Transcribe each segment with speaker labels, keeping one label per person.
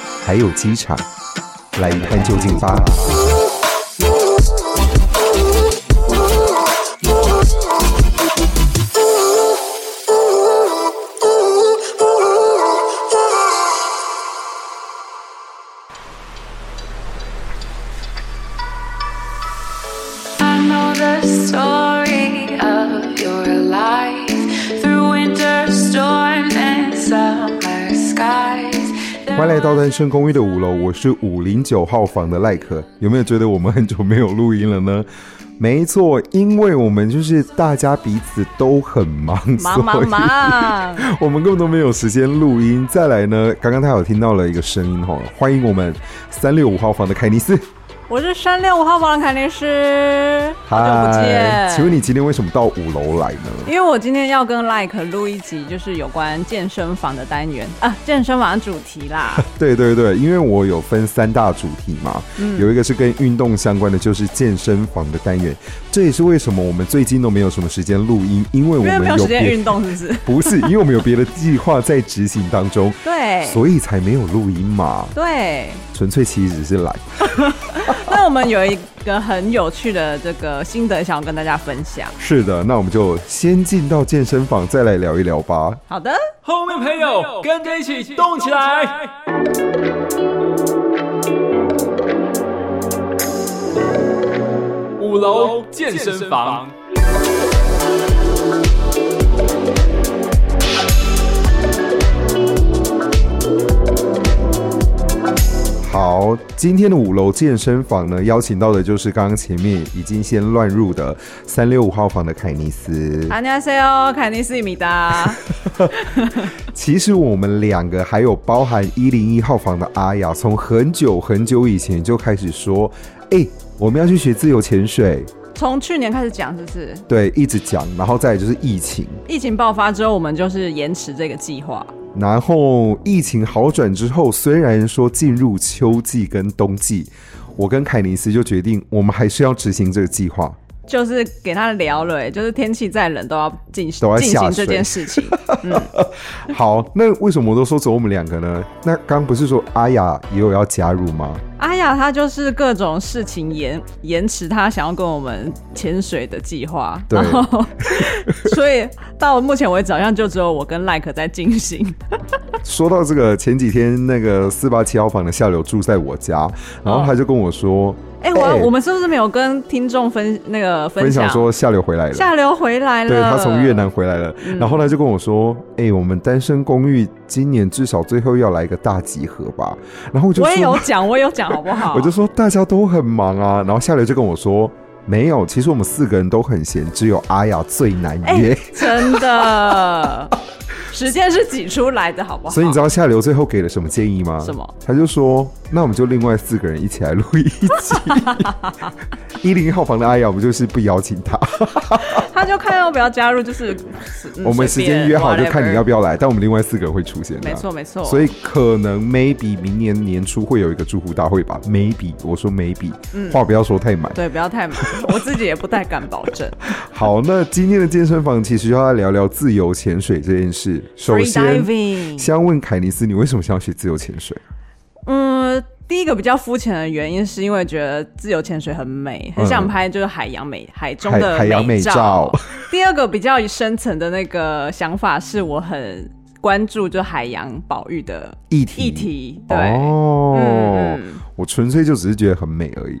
Speaker 1: 还有机场，来一探究竟吧。
Speaker 2: I know the story of your life through winter storms and summer skies.
Speaker 1: 欢迎来到单身公寓的五楼，我是五零九号房的赖可。有没有觉得我们很久没有录音了呢？没错，因为我们就是大家彼此都很忙，
Speaker 3: 忙
Speaker 1: 所以
Speaker 3: 忙忙！
Speaker 1: 我们根本都没有时间录音。再来呢，刚刚他有听到了一个声音吼，欢迎我们三六五号房的凯尼斯，
Speaker 3: 我是三六五号房的凯律师，好久不见。
Speaker 1: 请问你今天为什么到五楼来呢？
Speaker 3: 因为我今天要跟 Like 录一集，就是有关健身房的单元啊，健身房的主题啦。
Speaker 1: 对对对，因为我有分三大主题嘛，
Speaker 3: 嗯
Speaker 1: 有一个是跟运动相关的，就是健身房的单元。这也是为什么我们最近都没有什么时间录音，因 为我
Speaker 3: 因为
Speaker 1: 们
Speaker 3: 没有时间
Speaker 1: 别
Speaker 3: 运动，是不是？
Speaker 1: 不是，因为我们有别的计划在执行当中，
Speaker 3: 对
Speaker 1: 所以才没有录音嘛。
Speaker 3: 对。
Speaker 1: 纯粹其实只是懒。
Speaker 3: 那我们有一个很有趣的这个心得，想要跟大家分享。
Speaker 1: 是的，那我们就先进到健身房，再来聊一聊吧。
Speaker 3: 好的，
Speaker 4: 后面朋友跟着一起动起来。五楼健身房，
Speaker 1: 好，今天的五楼健身房呢，邀请到的就是刚刚前面已经先乱入的三六五号房的凯尼斯。
Speaker 3: 안녕하세요，凯尼斯米 达。
Speaker 1: 其实我们两个还有包含一零一号房的阿雅，从很久很久以前就开始说，哎、我们要去学自由潜水，
Speaker 3: 从去年开始讲，是不是？
Speaker 1: 对，一直讲，然后再来就是疫情，
Speaker 3: 疫情爆发之后，我们就是延迟这个计划。
Speaker 1: 然后疫情好转之后，虽然说进入秋季跟冬季，我跟凯尼斯就决定，我们还是要执行这个计划。
Speaker 3: 就是给他聊了、欸，就是天气再冷都要进
Speaker 1: 都要
Speaker 3: 进
Speaker 1: 下
Speaker 3: 行
Speaker 1: 水
Speaker 3: 这件事情。
Speaker 1: 好，那为什么我都说走我们两个呢？那刚不是说阿雅也有要加入吗？
Speaker 3: 阿雅她就是各种事情延延迟她想要跟我们潜水的计划，
Speaker 1: 对
Speaker 3: 然后 所以到目前为止好像就只有我跟 Like 在进 行。
Speaker 1: 说到这个，前几天那个四八七号房的下流住在我家，然后他就跟我说，
Speaker 3: 哎、我、
Speaker 1: 哎
Speaker 3: 我们是不是没有跟听众分那个分
Speaker 1: 分
Speaker 3: 享
Speaker 1: 享说下流回来了，
Speaker 3: 下流回来了？
Speaker 1: 对他从越南回来了，
Speaker 3: 嗯
Speaker 1: 然后他就跟我说，哎、我们单身公寓今年至少最后要来一个大集合吧，然后我就
Speaker 3: 我也有
Speaker 1: 说，
Speaker 3: 讲，我也有讲，好不好？
Speaker 1: 我就说大家都很忙啊，然后下流就跟我说。没有，其实我们四个人都很闲，只有阿雅最难
Speaker 3: 哎、
Speaker 1: 约。
Speaker 3: 真的， 时间是挤出来的，好不好？
Speaker 1: 所以你知道下流最后给了什么建议吗？
Speaker 3: 什么？
Speaker 1: 他就说，那我们就另外四个人一起来录一 集。一零号房的阿雅，我们就是不邀请他，
Speaker 3: 他就看要不要加入，就是、嗯
Speaker 1: 我们时间约好就看你要。
Speaker 3: 随便
Speaker 1: 不要来，但我们另外四个人会出现、啊。
Speaker 3: 没错没错
Speaker 1: 所以可能 maybe 明年年初会有一个住户大会吧？maybe 我说 maybe，、话不要说太满
Speaker 3: 嗯 whatever。对，不要太忙，我自己也不太敢保证。
Speaker 1: 好，那今天的健身房其实就要来聊聊自由潜水这件事。首
Speaker 3: Free
Speaker 1: 先，
Speaker 3: diving
Speaker 1: 先问凯尼斯，你为什么想要学自由潜水？
Speaker 3: 嗯，第一个比较肤浅的原因是因为觉得自由潜水很美，很想
Speaker 1: 嗯
Speaker 3: 拍就是海洋美、海中
Speaker 1: 海
Speaker 3: 的
Speaker 1: 海洋美
Speaker 3: 照。
Speaker 1: 照
Speaker 3: 第二个比较深层的那个想法是我很关注就海洋保育的
Speaker 1: 议题
Speaker 3: 议题，对。
Speaker 1: 哦，
Speaker 3: 嗯
Speaker 1: 我纯粹就只是觉得很美而已。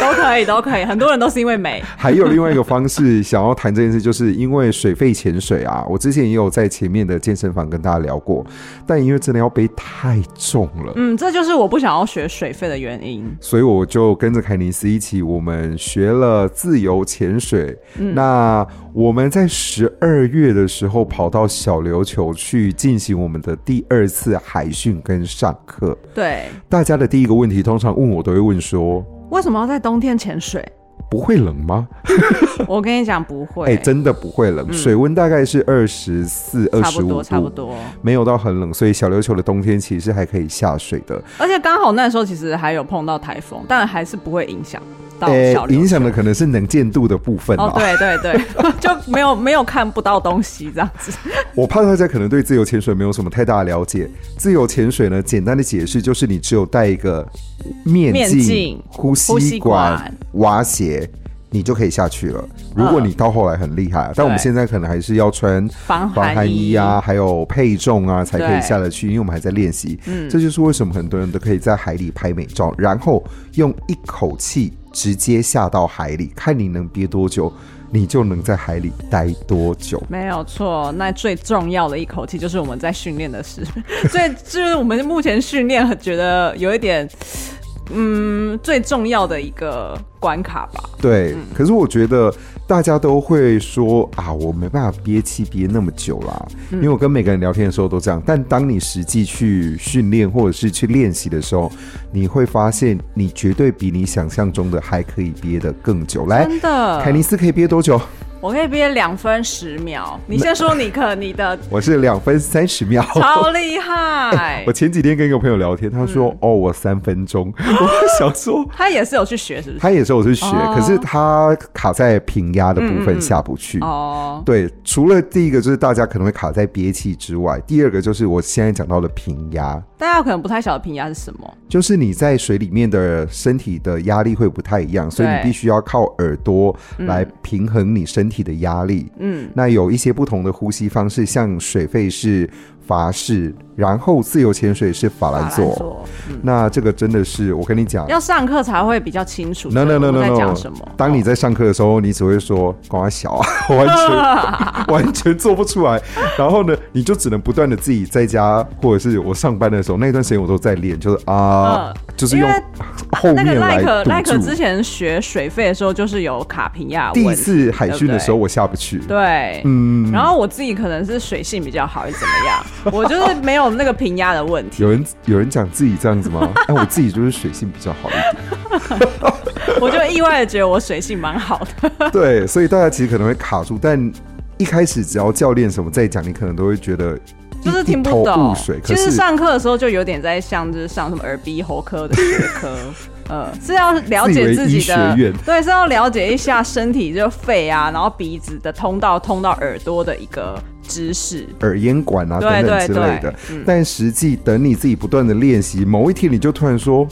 Speaker 3: 都可以，都可以。很多人都是因 为美，
Speaker 1: 还有另外一个方式想要谈这件事，就是因为水肺潜水啊，我之前也有在前面的健身房跟大家聊过，但因为真的要背太重了，
Speaker 3: 嗯，这就是我不想要学水费的原因。
Speaker 1: 所以我就跟着凯尼斯一起，我们学了自由潜水。
Speaker 3: 嗯
Speaker 1: 那我们在十二月的时候跑到小琉球去进行我们的第二次海训跟上课。
Speaker 3: 对，
Speaker 1: 大家的第一个问题，通常问我都会问说：
Speaker 3: 为什么要在冬天潜水？
Speaker 1: 不会冷吗？
Speaker 3: 我跟你讲，不会，嗯
Speaker 1: 哎、真的不会冷，水温大概是二十四、二
Speaker 3: 差
Speaker 1: 十
Speaker 3: 不
Speaker 1: 五
Speaker 3: 多，
Speaker 1: 度，
Speaker 3: 差不多。
Speaker 1: 没有到很冷，所以小琉球的冬天其实是还可以下水的。
Speaker 3: 而且刚好那时候其实还有碰到台风，但还是不会影响到
Speaker 1: 诶
Speaker 3: 哦小、琉球
Speaker 1: 影响的可能是能见度的部分
Speaker 3: 哦
Speaker 1: 啊。，
Speaker 3: 对对对， 就没有没有看不到东西这样子。
Speaker 1: 我怕大家可能对自由潜水没有什么太大的了解。自由潜水呢，简单的解释就是你只有戴一个面
Speaker 3: 面
Speaker 1: 镜
Speaker 3: 镜、
Speaker 1: 呼
Speaker 3: 呼
Speaker 1: 吸
Speaker 3: 吸
Speaker 1: 管
Speaker 3: 管、
Speaker 1: 蛙鞋。你就可以下去了。如果你到后来很厉害啊，但我们
Speaker 3: 对
Speaker 1: 现在可能还是要穿
Speaker 3: 嗯防寒
Speaker 1: 衣啊，还有配重啊，才可以
Speaker 3: 对
Speaker 1: 下得去，因为我们还在练习。嗯，这就是为什么很多人都可以在海里拍美照，然后用一口气直接下到海里，看你能憋多久，你就能在海里待多久。
Speaker 3: 没有错，那最重要的一口气就是我们在训练的事，所以就是我们目前训练觉得有一点，嗯，最重要的一个关卡吧。
Speaker 1: 对，
Speaker 3: 嗯
Speaker 1: 可是我觉得大家都会说啊，我没办法憋气憋那么久啦，
Speaker 3: 嗯
Speaker 1: 因为我跟每个人聊天的时候都这样。但当你实际去训练或者是去练习的时候，你会发现你绝对比你想象中的还可以憋得更久。来，
Speaker 3: 真的
Speaker 1: 凯尼斯可以憋多久？
Speaker 3: 我可以憋两分十秒，你先说你可你的
Speaker 1: 我是两分三十秒。
Speaker 3: 超嗯厉害
Speaker 1: 我，前几天跟一个朋友聊天，他说：“哦，我三分钟。” 我想说，
Speaker 3: 他也是有去学，是不是？
Speaker 1: 他也说我是学，
Speaker 3: 哦
Speaker 1: 可是他卡在平压的部
Speaker 3: 嗯嗯
Speaker 1: 分
Speaker 3: 嗯
Speaker 1: 下不去。
Speaker 3: 哦，
Speaker 1: 对，除了第一个就是大家可能会卡在憋气之外，第二个就是我现在讲到的平压，
Speaker 3: 大家可能不太晓得平压是什么，
Speaker 1: 就是你在水里面的身体的压力会不太一样，所以你
Speaker 3: 对
Speaker 1: 必须要靠耳朵来平衡你身体的压力。
Speaker 3: 嗯，
Speaker 1: 那有一些不同的呼吸方式，像水肺是法式，然后自由潜水是法兰
Speaker 3: 法兰
Speaker 1: 座。
Speaker 3: 座
Speaker 1: 那这个真的是我跟你讲。
Speaker 3: 要上课才会比较清楚
Speaker 1: No no no
Speaker 3: 我
Speaker 1: no
Speaker 3: 在
Speaker 1: no！
Speaker 3: 讲什么。
Speaker 1: 当你在上课的时候，你只会说“光小啊”， 完全 完全做不出来。然后呢，你就只能不断的自己在家，或者是我上班的时候，那段时间我都在练，就是啊，
Speaker 3: 嗯
Speaker 1: 就是用
Speaker 3: 因为
Speaker 1: 后
Speaker 3: 那
Speaker 1: 面
Speaker 3: 个
Speaker 1: 来
Speaker 3: 赖可赖
Speaker 1: 堵
Speaker 3: 可
Speaker 1: 住
Speaker 3: 之。前学水费的时候，就是有卡平亚
Speaker 1: 第一
Speaker 3: 问
Speaker 1: 次海训的时候，我下不去。
Speaker 3: 对，嗯，然后我自己可能是水性比较好，还是怎么样？我就是没有那个平压的问题，
Speaker 1: 有人有人讲自己这样子吗？哎，我自己就是水性比较好一点。
Speaker 3: 我就意外的觉得我水性蛮好的。
Speaker 1: 对，所以大家其实可能会卡住，但一开始只要教练什么在讲，你可能都会觉得一
Speaker 3: 就是听
Speaker 1: 一
Speaker 3: 不
Speaker 1: 头
Speaker 3: 懂
Speaker 1: 雾水。。可
Speaker 3: 其实
Speaker 1: 是
Speaker 3: 上课的时候就有点在像，就是上什么耳鼻喉科的学科，呃，是要了解自
Speaker 1: 自以为医
Speaker 3: 己
Speaker 1: 学
Speaker 3: 的
Speaker 1: 院，
Speaker 3: 对，是要了解一下身体，就肺啊，然后鼻子的通道通到耳朵的一个知识。
Speaker 1: 耳咽管啊
Speaker 3: 对
Speaker 1: 等等之类
Speaker 3: 对嗯
Speaker 1: 的。但实际等你自己不断的练习，某一天你就突然说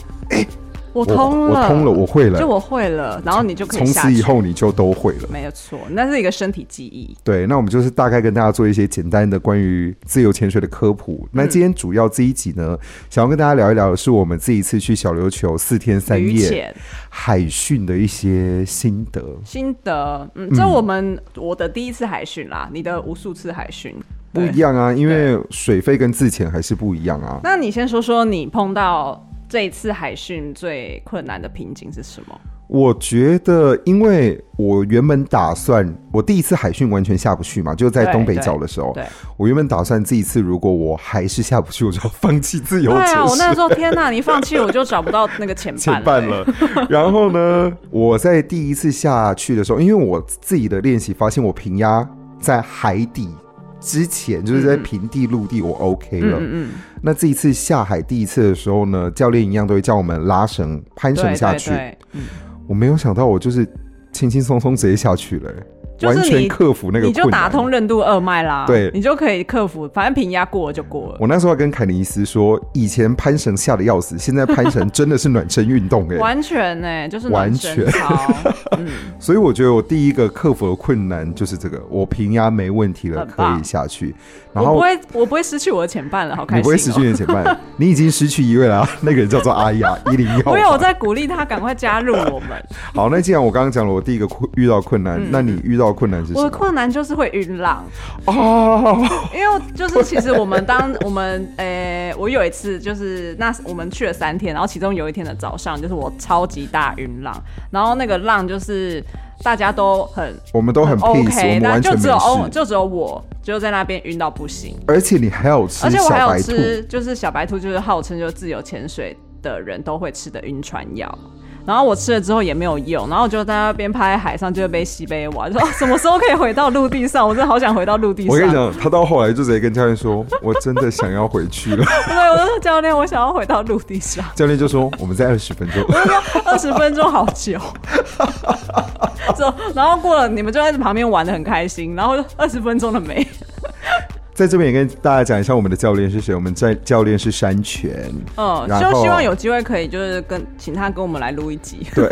Speaker 3: 我通了，
Speaker 1: 我通了，我会
Speaker 3: 就
Speaker 1: 了。
Speaker 3: 我会了，然后你就可以
Speaker 1: 从
Speaker 3: 下
Speaker 1: 此
Speaker 3: 去
Speaker 1: 以后你就都会了。
Speaker 3: 没有错，那是一个身体记忆。
Speaker 1: 对，那我们就是大概跟大家做一些简单的关于自由潜水的科普。
Speaker 3: 嗯
Speaker 1: 那今天主要这一集呢，想要跟大家聊一聊的是我们这一次去小琉球四天三
Speaker 3: 余
Speaker 1: 夜
Speaker 3: 浅
Speaker 1: 海训的一些心得。
Speaker 3: 心得，嗯，这我们、我的第一次海训啦，你的无数次海训
Speaker 1: 不一。
Speaker 3: 对
Speaker 1: 样啊，因为水费跟自潜还是不一样啊。
Speaker 3: 那你先说说你碰到这一次海训最困难的瓶颈是什么？
Speaker 1: 我觉得，因为我原本打算，我第一次海训完全下不去嘛，就是在
Speaker 3: 对
Speaker 1: 东北
Speaker 3: 对
Speaker 1: 角的时候
Speaker 3: 对，
Speaker 1: 我原本打算这一次如果我还是下不去，我就要放弃自由
Speaker 3: 对
Speaker 1: 潜
Speaker 3: 啊，我
Speaker 1: 水。
Speaker 3: 那时候天哪，你放弃我就找不到那个 前
Speaker 1: 前
Speaker 3: 伴
Speaker 1: 半了，然后呢，我在第一次下去的时候，因为我自己的练习发现，我平压在海底之前，就是在平地、陆地，我 OK 了。
Speaker 3: 嗯嗯，
Speaker 1: 那这一次下海第一次的时候呢，教练一样都会叫我们拉绳、攀
Speaker 3: 对嗯
Speaker 1: 绳下
Speaker 3: 对
Speaker 1: 去。
Speaker 3: 对，
Speaker 1: 我没有想到，我就是轻轻松松直接下去了、欸
Speaker 3: 就是
Speaker 1: 完全
Speaker 3: 你
Speaker 1: 克服那个
Speaker 3: 你就
Speaker 1: 困
Speaker 3: 打
Speaker 1: 难。
Speaker 3: 通任督二脉啦，
Speaker 1: 对
Speaker 3: 你就可以克服，反正平压过了就过了，
Speaker 1: 我那时候跟凯尼斯说，以前攀绳吓得要死，现在攀绳真的是暖身运动哎、
Speaker 3: 完全呢、欸就是
Speaker 1: 完
Speaker 3: 暖
Speaker 1: 全
Speaker 3: 身操，嗯，
Speaker 1: 所以我觉得我第一个克服的困难就是这个，我平压没问题了，
Speaker 3: 很
Speaker 1: 可
Speaker 3: 棒
Speaker 1: 以下去。 然
Speaker 3: 我不
Speaker 1: 后
Speaker 3: 会，我不会失去我的前半了，好开心、哦。
Speaker 1: 你不会失去你的前半， 你已经失去一位了，那个人叫做阿 雅一零一号。
Speaker 3: 我有在鼓励他赶快加入 我们。
Speaker 1: 好，那既然我刚刚讲了我第一个困遇到困难，那你遇到困难是什
Speaker 3: 嗯我的
Speaker 1: 么？
Speaker 3: 困难就是会晕浪，
Speaker 1: 哦，
Speaker 3: 因为就是其实我们当 我们诶、我有一次就是那我们去了三天，然后其中有一天的早上就是我超级大晕浪，然后那个浪就是大家都很
Speaker 1: 我们都很 peace，我
Speaker 3: 哦 OK，
Speaker 1: 们
Speaker 3: 但
Speaker 1: 完
Speaker 3: 就
Speaker 1: 全没
Speaker 3: 只有欧
Speaker 1: 事。
Speaker 3: 就只有我就在那边晕到不行，
Speaker 1: 而且你还有吃
Speaker 3: 而且我
Speaker 1: 小
Speaker 3: 还有
Speaker 1: 白兔，
Speaker 3: 吃就是小白兔就是号称就是自由潜水的人都会吃的晕船药。然后我吃了之后也没有用，然后我就在那边趴在海上，就会被西北玩，说、哦、什么时候可以回到陆地上？我真的好想回到陆地上。
Speaker 1: 我跟你讲，他到后来就直接跟教练说：“我真的想要回去了。
Speaker 3: 对，我就说教练，我想要回到陆地上。”
Speaker 1: 教练就说：“我们在二十分钟。
Speaker 3: 二十分钟好久， 就然后过了，你们就在旁边玩的很开心，然后二十分钟了没？”
Speaker 1: 在这边也跟大家讲一下我们的教练是谁。我们在教练是山泉，
Speaker 3: 嗯，
Speaker 1: 然
Speaker 3: 就
Speaker 1: 后
Speaker 3: 希望有机会可以就是跟请他跟我们来录一集。
Speaker 1: 对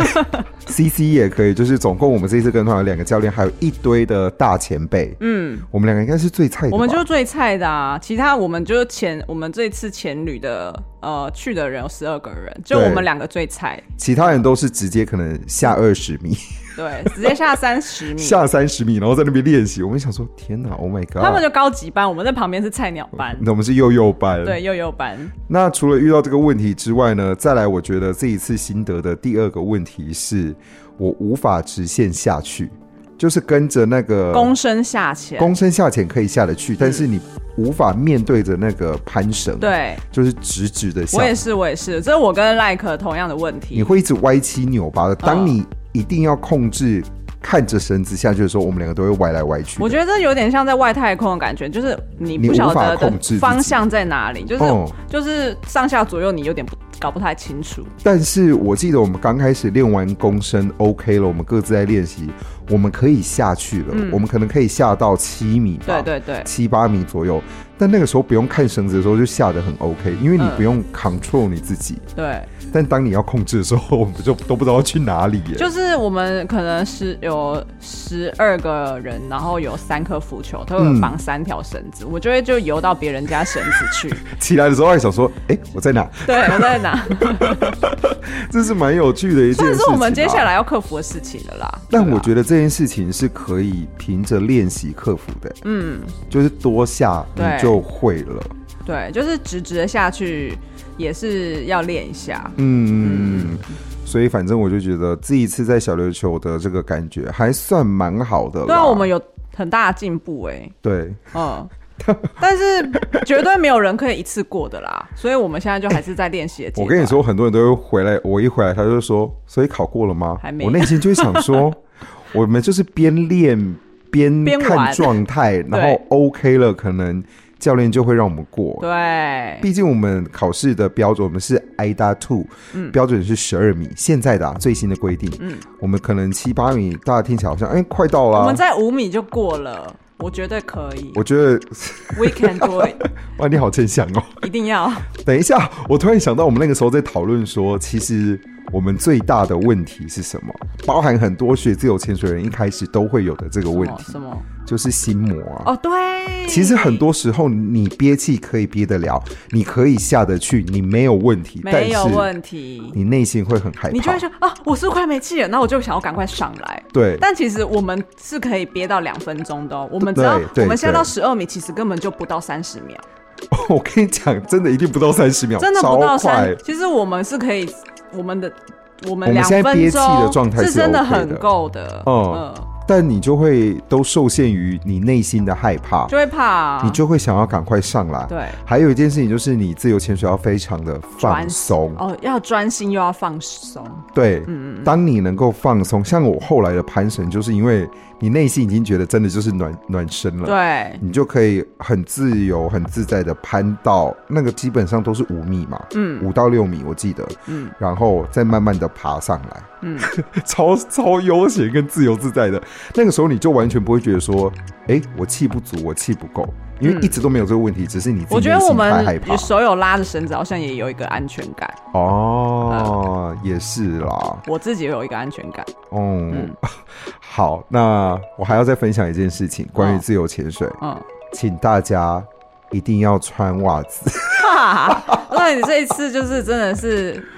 Speaker 1: ，CC 也可以。就是总共我们这次跟团有两个教练，还有一堆的大前辈。嗯，我们两个应该是最菜的吧。
Speaker 3: 我们就是最菜的啊，其他我们就是前我们这次前旅的呃去的人有十二个人，就
Speaker 1: 对
Speaker 3: 我们两个最菜，
Speaker 1: 其他人都是直接可能下二十米、
Speaker 3: 对，直接下三 十米。
Speaker 1: 下三十米，然后在那边练习。我们想说，天哪，Oh my god！
Speaker 3: 他们就高级班，我们在旁边是菜鸟班，
Speaker 1: 那我们是幼幼班。
Speaker 3: 对，幼幼班。
Speaker 1: 那除了遇到这个问题之外呢，再来，我觉得这一次心得的第二个问题是我无法直线下去，就是跟着那个
Speaker 3: 躬身下潜，
Speaker 1: 躬身下潜可以下得
Speaker 3: 嗯
Speaker 1: 去，但是你无法面对着那个攀绳，，
Speaker 3: 对
Speaker 1: 就是直直的下
Speaker 3: 我，也是，我也是，这是我跟赖可同样的问
Speaker 1: 你
Speaker 3: 题。
Speaker 1: 会一直歪七扭八的。当
Speaker 3: 嗯
Speaker 1: 你一定要控制看着绳子下去的时候，我们两个都会歪来歪去的。
Speaker 3: 我觉得这有点像在外太空的感觉，就是你
Speaker 1: 你
Speaker 3: 不晓
Speaker 1: 无法
Speaker 3: 得
Speaker 1: 控制自己
Speaker 3: 的方向在哪里，就是、
Speaker 1: 哦
Speaker 3: 就是上下左右你有点不搞不太清楚。
Speaker 1: 但是我记得我们刚开始练完弓身 OK 了，我们各自在练习，我们可以下去了，我们可能可以下到七米吧，
Speaker 3: 嗯对对对
Speaker 1: 七八米左右。但那个时候不用看绳子的时候就下得很 OK，因为你
Speaker 3: 嗯
Speaker 1: 不用 control 你自己。
Speaker 3: 对，
Speaker 1: 但当你要控制的时候，我们就都不知道去哪里耶。
Speaker 3: 就是我们可能是有十二个人，然后有三颗浮球，它会有
Speaker 1: 嗯
Speaker 3: 绑三条绳子，我就会就游到别人家绳子 去。
Speaker 1: 起来的时候还想说，哎、我在哪？
Speaker 3: 对，我在哪？
Speaker 1: 这是蛮有趣的一件
Speaker 3: 算
Speaker 1: 事情、
Speaker 3: 是我们接下。来要克服的事情了啦。
Speaker 1: 但
Speaker 3: 对
Speaker 1: 我
Speaker 3: 啊
Speaker 1: 觉得这件事情是可以凭着练习克服的，嗯，就是多下你
Speaker 3: 对
Speaker 1: 就会了。
Speaker 3: 对，就是直直的下去也是要练一下。
Speaker 1: 嗯，所以反正我就觉得这一次在小琉球的这个感觉还算蛮好的啦。
Speaker 3: 对啊，我们有很大的进步哎、
Speaker 1: 对
Speaker 3: 嗯， 但是绝对没有人可以一次过的啦，所以我们现在就还是在练习的阶段。
Speaker 1: 我跟你，说，很多人都会回来，我一回来他就说，所以考过了吗？
Speaker 3: 还没
Speaker 1: 我内心就会想说，我们就是边练边
Speaker 3: 边
Speaker 1: 看
Speaker 3: 玩
Speaker 1: 状态， 然后 OK 了，可能教练就会让我们过。
Speaker 3: 对，
Speaker 1: 毕竟我们考试的标准，我们是 IDA two，、标
Speaker 3: 嗯
Speaker 1: 准是十二米，现在的、啊、最新的规定，嗯，我们可能七八米，大家听起来好像哎、快到了啊、
Speaker 3: 我们在五米就过了，我绝对可以
Speaker 1: 我觉得，
Speaker 3: ，We can do it，
Speaker 1: 哇，你好正向哦。
Speaker 3: 一定要。
Speaker 1: 等一下，我突然想到，我们那个时候在讨论说，其实我们最大的问题是什么？包含很多学自由潜水人一开始都会 有的这个问
Speaker 3: 什么
Speaker 1: 题
Speaker 3: 什，么？
Speaker 1: 就是心魔啊。
Speaker 3: 哦，对，
Speaker 1: 其实很多时候，你憋气可以憋得了，你可以下得去，你没有问题，但
Speaker 3: 没有
Speaker 1: 是
Speaker 3: 问题。
Speaker 1: 你内心会很害
Speaker 3: 你就
Speaker 1: 怕。
Speaker 3: 会说啊，我是不是快没气了，那我就想要赶快上来。
Speaker 1: 对，
Speaker 3: 但其实我们是可以憋到两分钟的、哦，我们只要
Speaker 1: 对对
Speaker 3: 我们下到
Speaker 1: 对
Speaker 3: 十二米，其实根本就不到三十秒，
Speaker 1: 我跟你讲，真的一定不到三十秒，
Speaker 3: 真的不到
Speaker 1: 超快
Speaker 3: 三。。其实我们是可以，我们的我
Speaker 1: 我
Speaker 3: 们
Speaker 1: 们
Speaker 3: 两
Speaker 1: 现在憋
Speaker 3: 分
Speaker 1: 气的状
Speaker 3: 钟
Speaker 1: 态是
Speaker 3: 是真的
Speaker 1: OK 的
Speaker 3: 很够的，
Speaker 1: 嗯
Speaker 3: 嗯，
Speaker 1: 但你就会都受限于你内心的害怕，
Speaker 3: 就会怕啊，
Speaker 1: 你就会想要赶快上来。
Speaker 3: 对
Speaker 1: 还有一件事情就是你自由潜水要非常的放
Speaker 3: 专
Speaker 1: 松。
Speaker 3: 哦，嗯要专心又要放松，
Speaker 1: 对，当你能够放松，像我后来的攀绳，就是因为你内心已经觉得真的就是暖暖身了。。
Speaker 3: 对，
Speaker 1: 你就可以很自由、很自在的攀到那个，基本上都是五米嘛，嗯，五到六米我记得，嗯，然后再慢慢的爬上来，
Speaker 3: 嗯，
Speaker 1: 超超悠闲跟自由自在的。那个时候你就完全不会觉得说，哎、我气不足，我气不够，因为
Speaker 3: 嗯
Speaker 1: 一直都没有这个问题，只是你自己
Speaker 3: 我觉得
Speaker 1: 内心
Speaker 3: 我
Speaker 1: 太害
Speaker 3: 们
Speaker 1: 怕
Speaker 3: 手有拉着绳子，好像也有一个安全感。
Speaker 1: 哦，也是啦，
Speaker 3: 我自己有一个安全感。
Speaker 1: 嗯， 好，那我还要再分享一件事情，关于
Speaker 3: 哦
Speaker 1: 自由潜水，
Speaker 3: 嗯，
Speaker 1: 请大家一定要穿袜 子。
Speaker 3: 哈哈，那你这一次就是真的是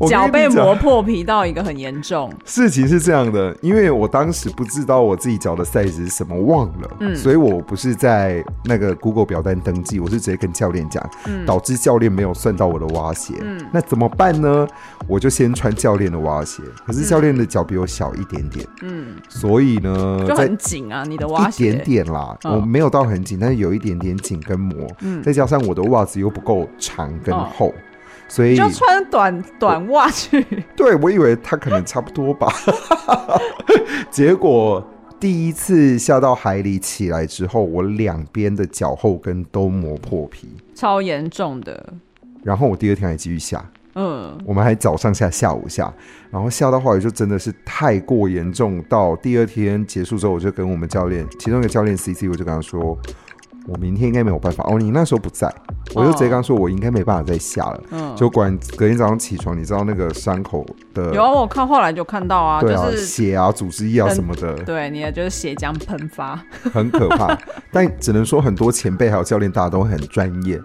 Speaker 1: 我跟你
Speaker 3: 脚被
Speaker 1: 讲
Speaker 3: 磨破皮到一个很严重。
Speaker 1: 事情是这样的，因为我当时不知道我自己脚的 size 是什么，忘了，
Speaker 3: 嗯
Speaker 1: 所以我不是在那个 Google 表单登记，我是直接跟教练讲，
Speaker 3: 嗯
Speaker 1: 导致教练没有算到我的蛙鞋，那怎么办呢？我就先穿教练的蛙鞋，可是教练的脚比我小一点点，
Speaker 3: 嗯，
Speaker 1: 所以呢，嗯在
Speaker 3: 就很紧啊，你的蛙
Speaker 1: 一
Speaker 3: 鞋。
Speaker 1: 点点啦，
Speaker 3: 嗯
Speaker 1: 我没有到很紧，但是有一点点紧跟磨，再加上我的袜子又不够长跟
Speaker 3: 嗯
Speaker 1: 厚，所以
Speaker 3: 就穿短短袜去，
Speaker 1: 对，我以为他可能差不多吧， 结果第一次下到海里起来之后，我两边的脚后跟都磨破皮，
Speaker 3: 超严重的。
Speaker 1: 然后我第二天还继续下，
Speaker 3: 嗯，
Speaker 1: 我们还早上下，下午下，然后下到后来就真的是太过严重，到第二天结束之后，我就跟我们教练，其中一个教练 C C，我就跟他说。我明天应该没有办法哦，你那时候不在，我就直接跟他说，我应该没办法再下了。
Speaker 3: 嗯
Speaker 1: 就果然隔天早上起床，你知道那个伤口的
Speaker 3: 有啊，我看后来就看到啊，
Speaker 1: 对啊，
Speaker 3: 就是
Speaker 1: 血啊、组织液啊
Speaker 3: 很
Speaker 1: 什么的，
Speaker 3: 对你的就是血浆喷发，
Speaker 1: 很可 怕。但只能说很多前辈还有教练，大家都很专业，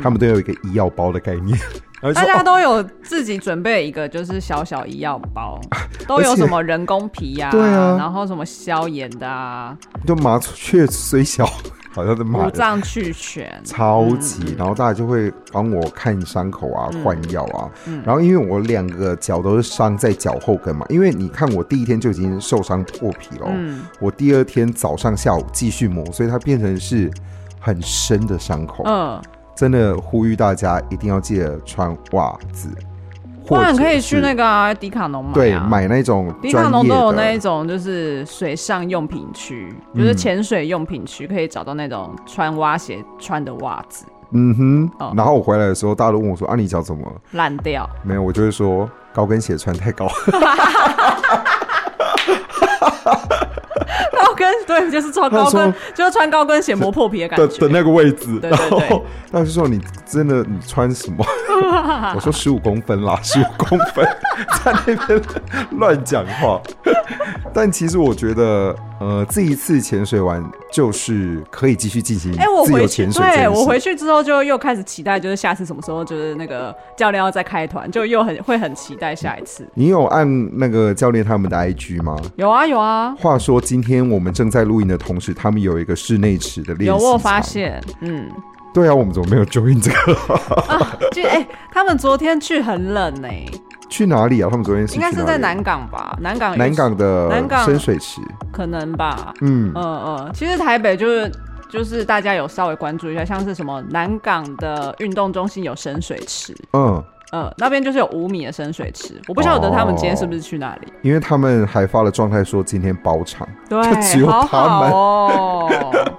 Speaker 1: 他们都有一个医药包的概念。然后
Speaker 3: 嗯大
Speaker 1: 就说
Speaker 3: 家
Speaker 1: 哦
Speaker 3: 都有自己准备一个就是小小医药 包，都有什么人工皮呀、
Speaker 1: 啊对啊
Speaker 3: 然后什么消炎的啊，
Speaker 1: 就麻雀虽小，好像在骂
Speaker 3: 五
Speaker 1: 人。
Speaker 3: 脏俱全，
Speaker 1: 超
Speaker 3: 嗯
Speaker 1: 级，然后大家就会帮我看伤口啊、换药啊。
Speaker 3: 嗯
Speaker 1: 然后因为我两个脚都是伤在脚后跟嘛，因为你看我第一天就已经受伤破皮了，
Speaker 3: 嗯
Speaker 1: 我第二天早上、下午继续磨，所以它变成是很深的伤口。
Speaker 3: 嗯，
Speaker 1: 真的呼吁大家一定要记得穿袜子，
Speaker 3: 不
Speaker 1: 或者
Speaker 3: 然
Speaker 1: 是
Speaker 3: 可以去那个、啊、迪卡侬买、啊，
Speaker 1: 对买那种
Speaker 3: 迪卡
Speaker 1: 专
Speaker 3: 侬
Speaker 1: 业
Speaker 3: 都有那一
Speaker 1: 的，
Speaker 3: 种，就是水上用品区，
Speaker 1: 嗯
Speaker 3: 就是潜水用品区，可以找到那种穿蛙鞋穿的袜子
Speaker 1: 嗯哼。
Speaker 3: 哦
Speaker 1: 然后我回来的时候，大家都问我说：“啊，你脚怎么了
Speaker 3: 烂掉。？”
Speaker 1: 没有，我就会说高跟鞋穿太高。
Speaker 3: 高跟对，就是穿高
Speaker 1: 他
Speaker 3: 跟
Speaker 1: 说，
Speaker 3: 就是穿高跟鞋磨破皮的感
Speaker 1: 的
Speaker 3: 觉
Speaker 1: 的。那个位置，
Speaker 3: 对对
Speaker 1: 然
Speaker 3: 对
Speaker 1: 后大家就说你真的你穿什么？ 我说十五公分啦，十五公分， 在那边乱讲话。但其实我觉得，呃，这一次潜水完就是可以继续进行
Speaker 3: 哎、我
Speaker 1: 自
Speaker 3: 回
Speaker 1: 由
Speaker 3: 去，
Speaker 1: 潜水这件
Speaker 3: 对
Speaker 1: 事。
Speaker 3: 我回去之后就又开始期待，就是下次什么时候就是那个教练要再开团，就又很会很期待下一次。
Speaker 1: 你有按那个教练他们的 IG 吗？
Speaker 3: 有啊有啊
Speaker 1: 话说，今天我们正在录音的同时，他们有一个室内池的练习
Speaker 3: 有，
Speaker 1: 场
Speaker 3: 我有发。现，嗯，
Speaker 1: 对啊，我们怎么没有 join 这个？
Speaker 3: 就哎、他们昨天去很冷呢、
Speaker 1: 去哪里啊？他们昨天是
Speaker 3: 应该
Speaker 1: 去
Speaker 3: 是
Speaker 1: 哪
Speaker 3: 在
Speaker 1: 里
Speaker 3: 南港吧？南港有
Speaker 1: 南港
Speaker 3: 南
Speaker 1: 的
Speaker 3: 港
Speaker 1: 深水池。
Speaker 3: 可能吧，
Speaker 1: 嗯，
Speaker 3: 嗯嗯，其实台北就是就是大家有稍微关注一下，像是什么南港的运动中心有深水池，
Speaker 1: 嗯，
Speaker 3: 嗯，那边就是有五米的深水池，我不晓得他们今天是不是去那里，
Speaker 1: 因为他们还发了状态说今天包场，就只
Speaker 3: 对，
Speaker 1: 有
Speaker 3: 好
Speaker 1: 他
Speaker 3: 好
Speaker 1: 们。
Speaker 3: 哦。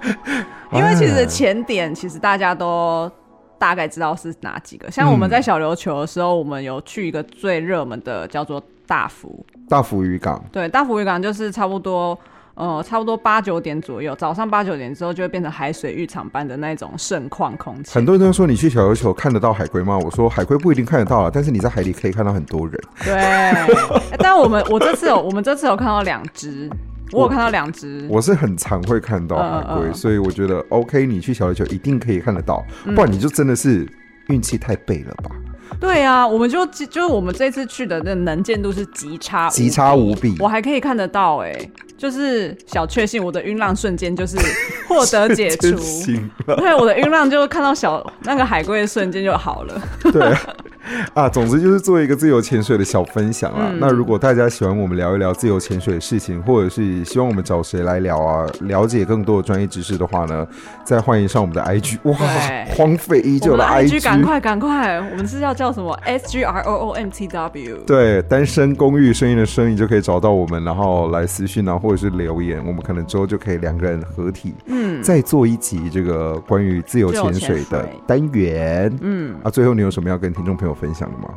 Speaker 3: 因为其实
Speaker 1: 哎
Speaker 3: 前点其实大家都大概知道是哪几个，像我
Speaker 1: 嗯
Speaker 3: 们在小琉球的时候，我们有去一个最热门的叫做大福，
Speaker 1: 大福渔港，
Speaker 3: 对，大福渔港就是差不多，呃，差不多八九点左右，早上八九点之后就会变成海水浴场般的那种盛况空气。
Speaker 1: 很多人都说你去小琉球看得到海龟吗？我说海龟不一定看得到啊，但是你在海里可以看到很多人。
Speaker 3: 对， 哎但我们我这次有我们这次有看到两只，我有看到两只，
Speaker 1: 我是很常会看到海龟，
Speaker 3: 嗯嗯嗯嗯
Speaker 1: 所以我觉得 OK，你去小琉球一定可以看得到，不然你就真的是运气太背了吧。
Speaker 3: 对啊，我们就就是我们这次去的那能见度是极差，
Speaker 1: 极差无比
Speaker 3: 我还可以看得到哎、就是小确幸，我的晕浪瞬 间就是获得解除
Speaker 1: 真。行了，
Speaker 3: 对，我的晕浪就看到小那个海龟的瞬间就好了。
Speaker 1: 对啊 啊，总之就是做一个自由潜水的小分享啦。
Speaker 3: 嗯
Speaker 1: 那如果大家喜欢我们聊一聊自由潜水的事情，或者是希望我们找谁来聊啊，了解更多的专业知识的话呢，再欢迎上我们的 IG。哇
Speaker 3: 对，
Speaker 1: 荒废已
Speaker 3: 我
Speaker 1: 久
Speaker 3: 们的
Speaker 1: IG，
Speaker 3: 赶快赶快，我们是要叫什么？S G R O O M T W。
Speaker 1: 对，单身公寓声音的声音就可以找到我们，然后来私讯啊，或者是留言，我们可能之后就可以两个人合体，嗯，再做一集这个关于自由潜水
Speaker 3: 自由潜
Speaker 1: 的
Speaker 3: 水
Speaker 1: 单元，
Speaker 3: 嗯
Speaker 1: 啊，最后你有什么要跟听众朋友分享的吗？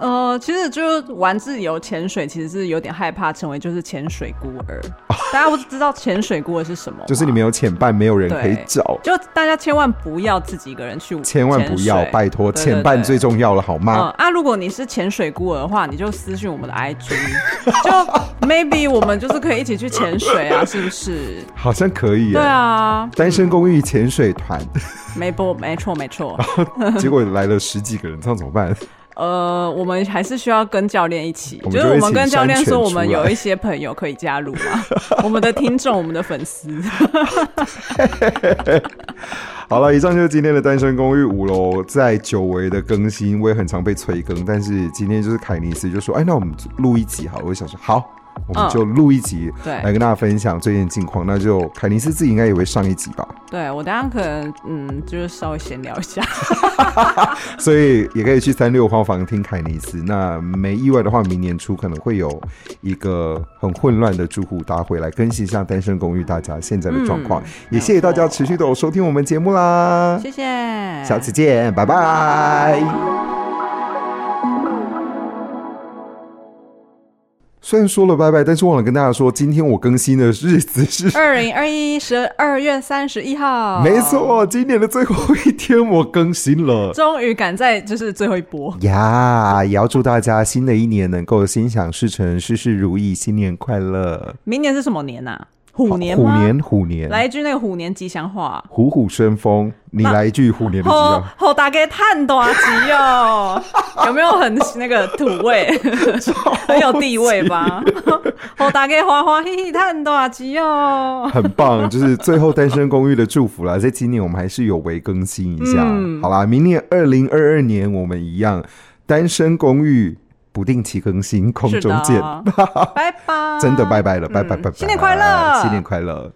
Speaker 3: 呃，其实就是玩自由潜水，其实是有点害怕成为就是潜水孤儿。 大家不是知道潜水孤儿是什么吗？
Speaker 1: 就是你没有潜伴，没有人可以
Speaker 3: 对
Speaker 1: 找，
Speaker 3: 就大家千万不要自己一个人去，
Speaker 1: 千万不要，拜托，
Speaker 3: 对
Speaker 1: 潜伴最。重要了，好
Speaker 3: 对对嗯
Speaker 1: 吗？
Speaker 3: 啊，如果你是潜水孤儿的话，你就私信我们的 IG，就 maybe 我们就是可以一起去潜水 啊，是不是？
Speaker 1: 好像可以耶。
Speaker 3: 对啊，
Speaker 1: 单身公寓潜水 团，
Speaker 3: 没不没错 没错。
Speaker 1: 结果来了十几个人，这样怎么办？
Speaker 3: 呃，我们还是需要跟教练一起，
Speaker 1: 我们
Speaker 3: 就
Speaker 1: 就是
Speaker 3: 我们跟教练
Speaker 1: 一起
Speaker 3: 说，
Speaker 1: 删
Speaker 3: 我
Speaker 1: 全
Speaker 3: 们
Speaker 1: 出来
Speaker 3: 有一些朋友可以加入 嘛，我们的听众，我们的粉丝。
Speaker 1: 好了，以上就是今天的单身公寓五楼，在久违的更新，我也很常被催更，但是今天就是凯尼斯就说，哎，那我们录一集好了，我就想说好。我们就录一集，
Speaker 3: 嗯对
Speaker 1: 来跟大家分享最近的近况。那就凯尼斯自己应该也会上一集吧，
Speaker 3: 对我等一下可能嗯，就是稍微闲聊 一下。
Speaker 1: 所以也可以去三六花房听凯尼斯。那没意外的话，明年初可能会有一个很混乱的住户大会来更新一下单身公寓大家现在的状况。也谢谢大家持续的收听我们节目啦，
Speaker 3: 谢谢，
Speaker 1: 下次见，拜拜。虽然说了拜拜，但是忘了跟大家说，今天我更新的日子是啊
Speaker 3: 二零二一十二月三十一号，
Speaker 1: 没，错，今年的最后一天我更新了。
Speaker 3: 终于赶在就是最后一波。
Speaker 1: 呀，也要祝大家新的一年能够心想事成、事事如意，新年快乐！
Speaker 3: 明年是什么年呐、啊虎年
Speaker 1: 虎
Speaker 3: 吗？
Speaker 1: 年，虎年，
Speaker 3: 来一句那个虎年吉祥话。
Speaker 1: 虎虎生风。你来一句虎 年的吉
Speaker 3: 吼
Speaker 1: 祥，
Speaker 3: 吼，大家探多 吉哦，有没有很那个土味，很有地位吧？ 吼大家花花嘿嘿探多吉哦。
Speaker 1: 很棒， 就是最后单身公寓的祝福啦。在今年我们还是有为更新一下，
Speaker 3: 嗯
Speaker 1: 好啦，明年二零二二年我们一样单身公寓不定期更新，空
Speaker 3: 是
Speaker 1: 中
Speaker 3: 的
Speaker 1: 见。，
Speaker 3: 拜拜，
Speaker 1: 真的拜拜了，拜拜
Speaker 3: 嗯
Speaker 1: 拜拜，
Speaker 3: 新年快乐
Speaker 1: 新年快乐。